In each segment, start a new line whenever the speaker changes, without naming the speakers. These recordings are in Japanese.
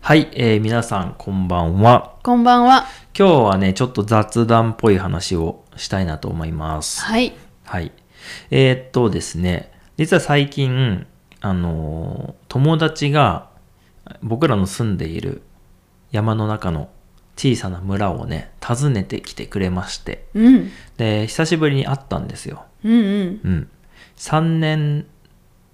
はい、えー皆さんこんばんは。
こんばんは。
今日はね、ちょっと雑談っぽい話をしたいなと思います。
はい。
はい。えーっとですね、実は最近、あのー友達が僕らの住んでいる山の中の小さな村をね、訪ねてきてくれまして、
うん。
で、久しぶりに会ったんですよ。
うんうん。
うん。3年、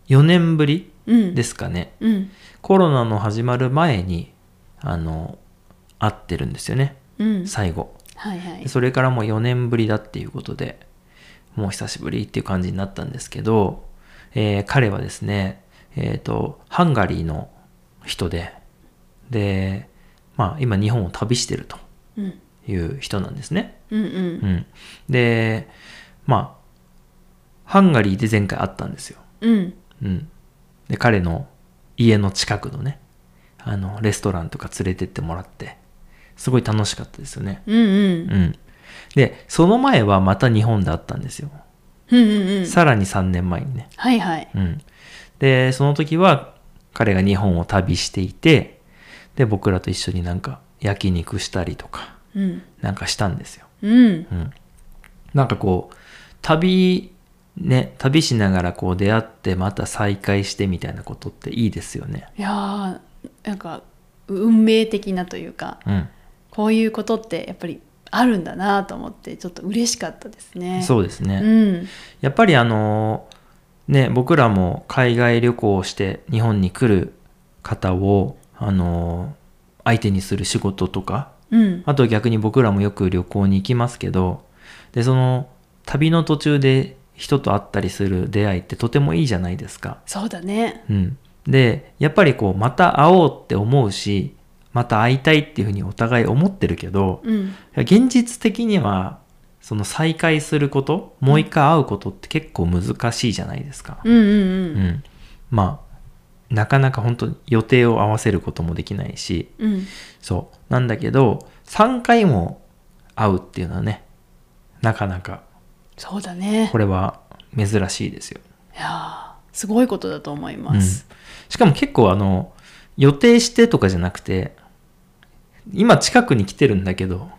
4年ぶり
うん。
ですかね。
うん。
コロナの始まる前に、あの、会ってるんですよね。
うん。
最後。
はいはい
で。それからもう4年ぶりだっていうことで、もう久しぶりっていう感じになったんですけど、えー彼はですね、えっ、と、ハンガリーの人で、で、まあ今日本を旅してると
うん。
いう人なんですね。
うんう。
うんん。で、まあ、ハンガリーで前回会ったんですよ。
うん。
うん。で、彼の家の近くのね、あの、レストランとか連れてってもらって、すごい楽しかったですよね。
うんうん。
うん。で、その前はまた日本で会ったんですよ。
うんうんうん。
さらに3年前にね。
はいはい。
うん。で、その時は彼が日本を旅していて、で、僕らと一緒になんか焼肉したりとか、
うん。
なんかしたんですよ。
うん。
うん。なんかこう、旅、ね、旅しながらこう出会ってまた再会してみたいなことっていいですよね。
いやー、なんか、運命的なというか、
うん。
こういうことってやっぱりあるんだなと思って、ちょっと嬉しかったですね。
そううですね。
うん。
やっぱりあのね、僕らも海外旅行をして日本に来る方を、あの相手にする仕事とか、
うん。
あと逆に僕らもよく旅行に行きますけど、で、その旅の途中で人と会ったりする出会いってとてもいいじゃないですか。
そうだね。
うん。で、やっぱりこう、また会おうって思うし、また会いたいっていうふうにお互い思ってるけど、
うん。
現実的には、その再会すること、もう一回会うことって結構難しいじゃないですか。
うんう
うん
うん。
まあ、なかなか本当に予定を合わせることもできないし、
うん。
そう。なんだけど、3回も会うっていうのはね、なかなか、
そうだね
こ。れは珍しいですよ。
いやー、すごいことだと思いうま
ん
す。
しかも結構あの予定してとかじゃなくて今近くに来てるんだけど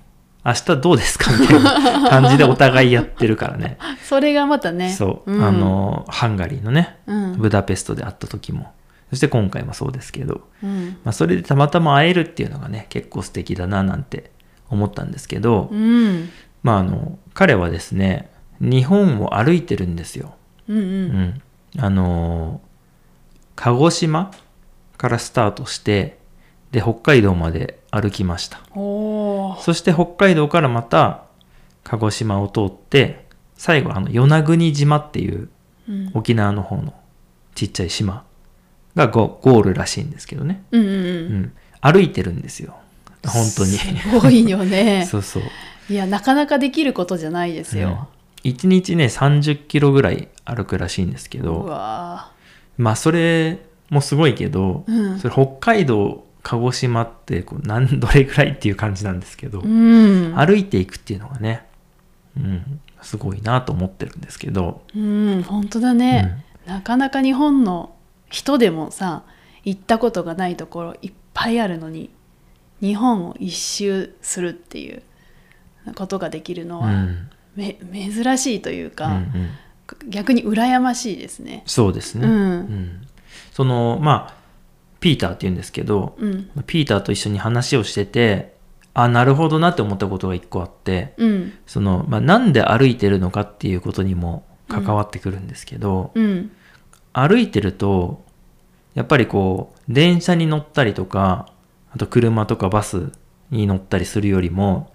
明日どうですかみたいな感じでお互いやってるから ね
それがまたね。
そう、
ん
あ、のハンガリーのね
うん。
ブダペストで会った時もそして今回もそうですけど、
うん
まあ、それでたまたま会えるっていうのがね結構素敵だななんて思ったんですけど、
うん
まああの彼はですね日本を歩いてるんですよ
うんう
うんん、あのー鹿児島からスタートしてで北海道まで歩きました
おー
そして北海道からまた鹿児島を通って最後あの与那国島っていう
うん
沖縄の方のちっちゃい島がゴゴールらしいんですけどね、
うんう
うん
うん
ん、歩いてるんですよ本当に
すごいよね
そうそう
いやなかなかできることじゃないですよ、
1日ね30キロぐらい歩くらしいんですけ
う
ど
わ
まあそれもすごいけど、
うん
それ北海道鹿児島ってこう何どれぐらいっていう感じなんですけど、
ーうん
歩いていくっていうのがね、うん、すごいなと思ってるんですけど、
うん本当だね、なかなか日本の人でもさ行ったことがないところいっぱいあるのに日本を一周するっていうことができるの
うんう
は、
ん
め珍しいという
う
か、
ん、
逆に羨ましいですね
そうですね、
うん
そのまあピーターっていうんですけど、
うん
ピーターと一緒に話をしててあなるほどなって思ったことが一個あって
うん
その、まあ、なんで歩いてるのかっていうことにも関わってくるんですけど、
うん
歩いてると、やっぱりこう、電車に乗ったりとか、あと車とかバスに乗ったりするよりも、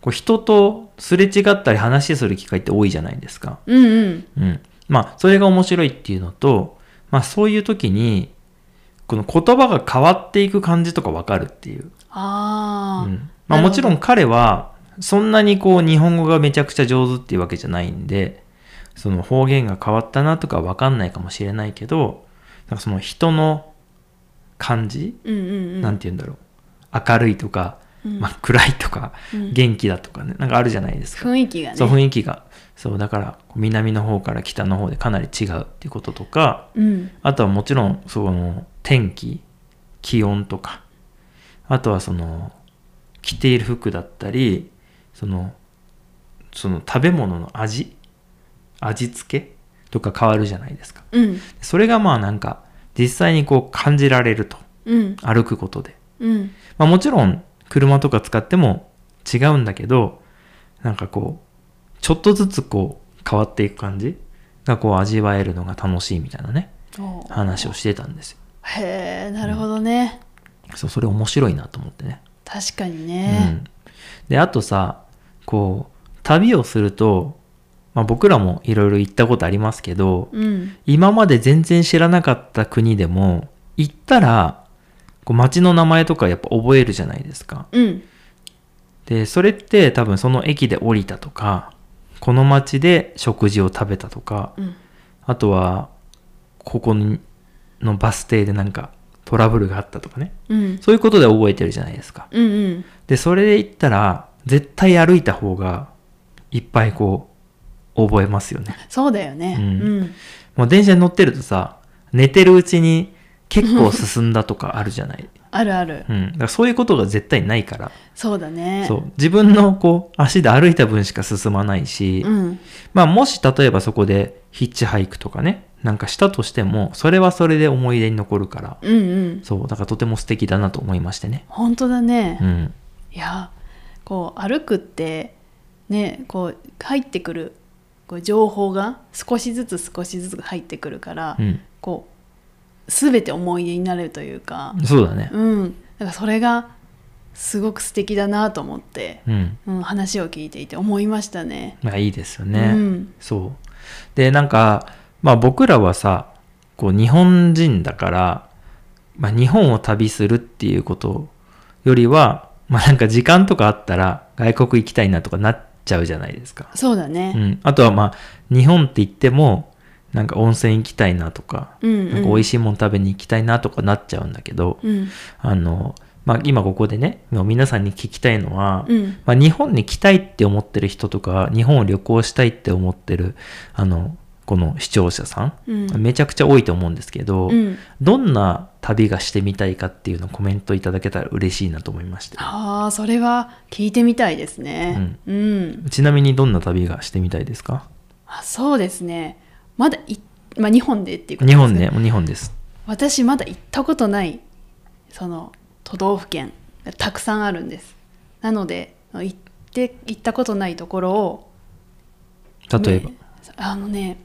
こう人とすれ違ったり話する機会って多いじゃないですか。
うんうん
うん。まあ、それが面白いっていうのと、まあそういう時に、この言葉が変わっていく感じとかわかるっていう。
ああ、
うん。まあ
なるほど
もちろん彼は、そんなにこう日本語がめちゃくちゃ上手っていうわけじゃないんで、その方言が変わったなとかわかんないかもしれないけど、なんかその人の感じ、
うんうんうん、
なんて言うんだろう。明るいとか、
うん
まあ暗いとか、
うん
元気だとかね、なんかあるじゃないですか。
雰囲気がね
そう、雰囲気が。そう、だから、南の方から北の方でかなり違うっていうこととか、
うん
あとはもちろん、その、天気、気温とか、あとはその着ている服だったりそのその食べ物の味味付けとか変わるじゃないですか
うん
それがまあなんか実際にこう感じられると
うん
歩くことで、
うん
まあ、もちろん車とか使っても違うんだけどなんかこうちょっとずつこう変わっていく感じがこう味わえるのが楽しいみたいなね
おう
話をしてたんですよ
へえなるほどね、
そうそれ面白いなと思ってね
確かに
う
ね
ん、であとさこう旅をすると、まあ、僕らもいろいろ行ったことありますけど、
うん
今まで全然知らなかった国でも行ったらこう街の名前とかやっぱ覚えるじゃないですか
うん
でそれって多分その駅で降りたとかこの街で食事を食べたとか
うん
あとはここにのバス停でなんかトラブルがあったとかね
うん
そういうことで覚えてるじゃないですか
うんうん
でそれで行ったら絶対歩いた方がいっぱいこう覚えます よね
そうだよね
う
うんん、
もう電車に乗ってるとさ寝てるうちに結構進んだとか あるじゃない、
あるある
うん、だからそういうことが絶対ないから、
そうだね
そう自分のこう足で歩いた分しか進まないし、
うん
まあもし例えばそこでヒッチハイクとかねなんかしたとしてもそれはそれで思い出に残るから、
うんうん
そうだからとても素敵だなと思いましてね
本当だね、
うん
いやこう歩くってねこう入ってくるこう情報が少しずつ少しずつ入ってくるから、
うん
こう全て思い出になるというか、
そうだね
うん、なんかそれがすごく素敵だなと思って、
うん
うん、話を聞いていて思いましたね。
まあいいですよね、
うん
そう。で、なんか、まあ僕らはさ、こう日本人だから、まあ日本を旅するっていうことよりは、まあなんか時間とかあったら外国行きたいなとかなっちゃうじゃないですか。
そうだ
う
ね、
ん。あとはまあ日本って言っても、なんか温泉行きたいなとか、
うんうん
なんか美味しいもん食べに行きたいなとかなっちゃうんだけど、
うん
あの、まあ今ここでね、もう皆さんに聞きたいのは、
うん
まあ、日本に来たいって思ってる人とか日本を旅行したいって思ってるあのこの視聴者さん、
うん
めちゃくちゃ多いと思うんですけど、
うん、
どんな旅がしてみたいかっていうのをコメントいただけたら嬉しいなと思いまして
ああそれは聞いてみたいですね。うん
ちなみにどんな旅がしてみたいですか
あそうですねまだい、まあ、日本でっていう
日
ことです
本ね日本です
私まだ行ったことないその都道府県がたくさんあるんですなので行って行ったことないところを
例えば、
ねあのね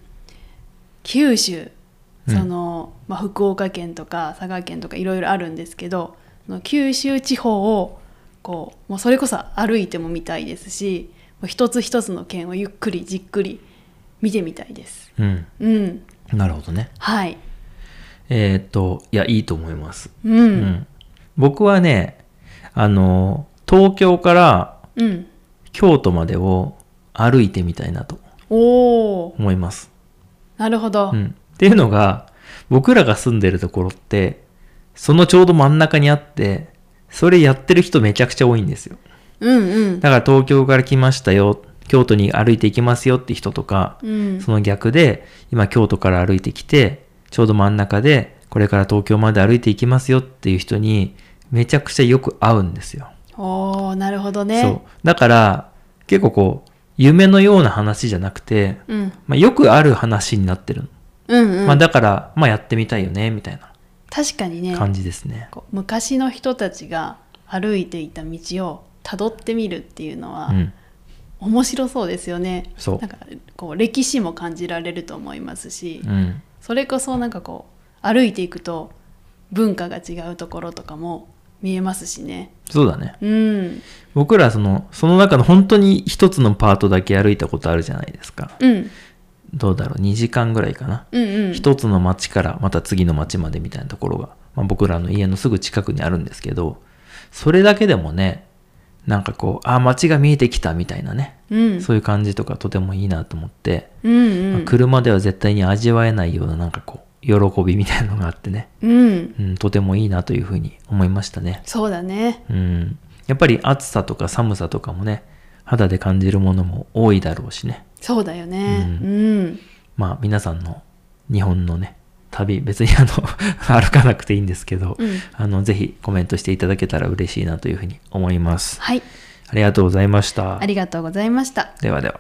九州
うん
その、まあ、福岡県とか佐賀県とかいろいろあるんですけどその九州地方をこうもうそれこそ歩いても見たいですしもう一つ一つの県をゆっくりじっくり見てみたいです
うん
うん
なるほどね
はい
えーっといやいいと思います、
うん
う、僕はねあの東京から
うん、
京都までを歩いてみたいなと
おお
思います
なるほど、
うん、っていうのが僕らが住んでるところってそのちょうど真ん中にあってそれやってる人めちゃくちゃ多いんですよ
うんうん
だから東京から来ましたよ京都に歩いて行きますよって人とか
うん
その逆で今京都から歩いてきてちょうど真ん中でこれから東京まで歩いて行きますよっていう人にめちゃくちゃよく会うんですよ、
おーなるほどね
そうだから結構こう夢のような話じゃなくて、
うん、
まあ、よくある話になってるの
うんうん
まあだから、まあやってみたいよね、みたい
確かにね
な感じですね。
こう昔の人たちが歩いていた道をたどってみるっていうのは、
うん。
面白そうですよね
そう
なんかこう歴史も感じられると思いますし、
うん。
それこそなんかこう歩いていくと文化が違うところとかも見えますしね
そうだね。
うん
僕らその、その中の本当に一つのパートだけ歩いたことあるじゃないですか。
うん
どうだろう、2時間ぐらいかな。
うんうん
一つの町からまた次の町までみたいなところが、まあ、僕らの家のすぐ近くにあるんですけど、それだけでもね、なんかこう、ああ、街が見えてきたみたいなね、
うん
そういう感じとかとてもいいなと思って、
うんう
まあ
ん
車では絶対に味わえないようななんかこう、喜びみたいなのがあってね。
うん
うん、とてもいいなというふうに思いましたね。
そうだね
うん、やっぱり暑さとか寒さとかもね、肌で感じるものも多いだろうしね。
そうだよね
う
うんん、
まあ皆さんの日本のね、 旅、別にあの、歩かなくていいんですけど、
うん
あの、ぜひコメントしていただけたら嬉しいなというふうに思います。
はい
ありがとうございました
あ。りがとうございました
ではでは。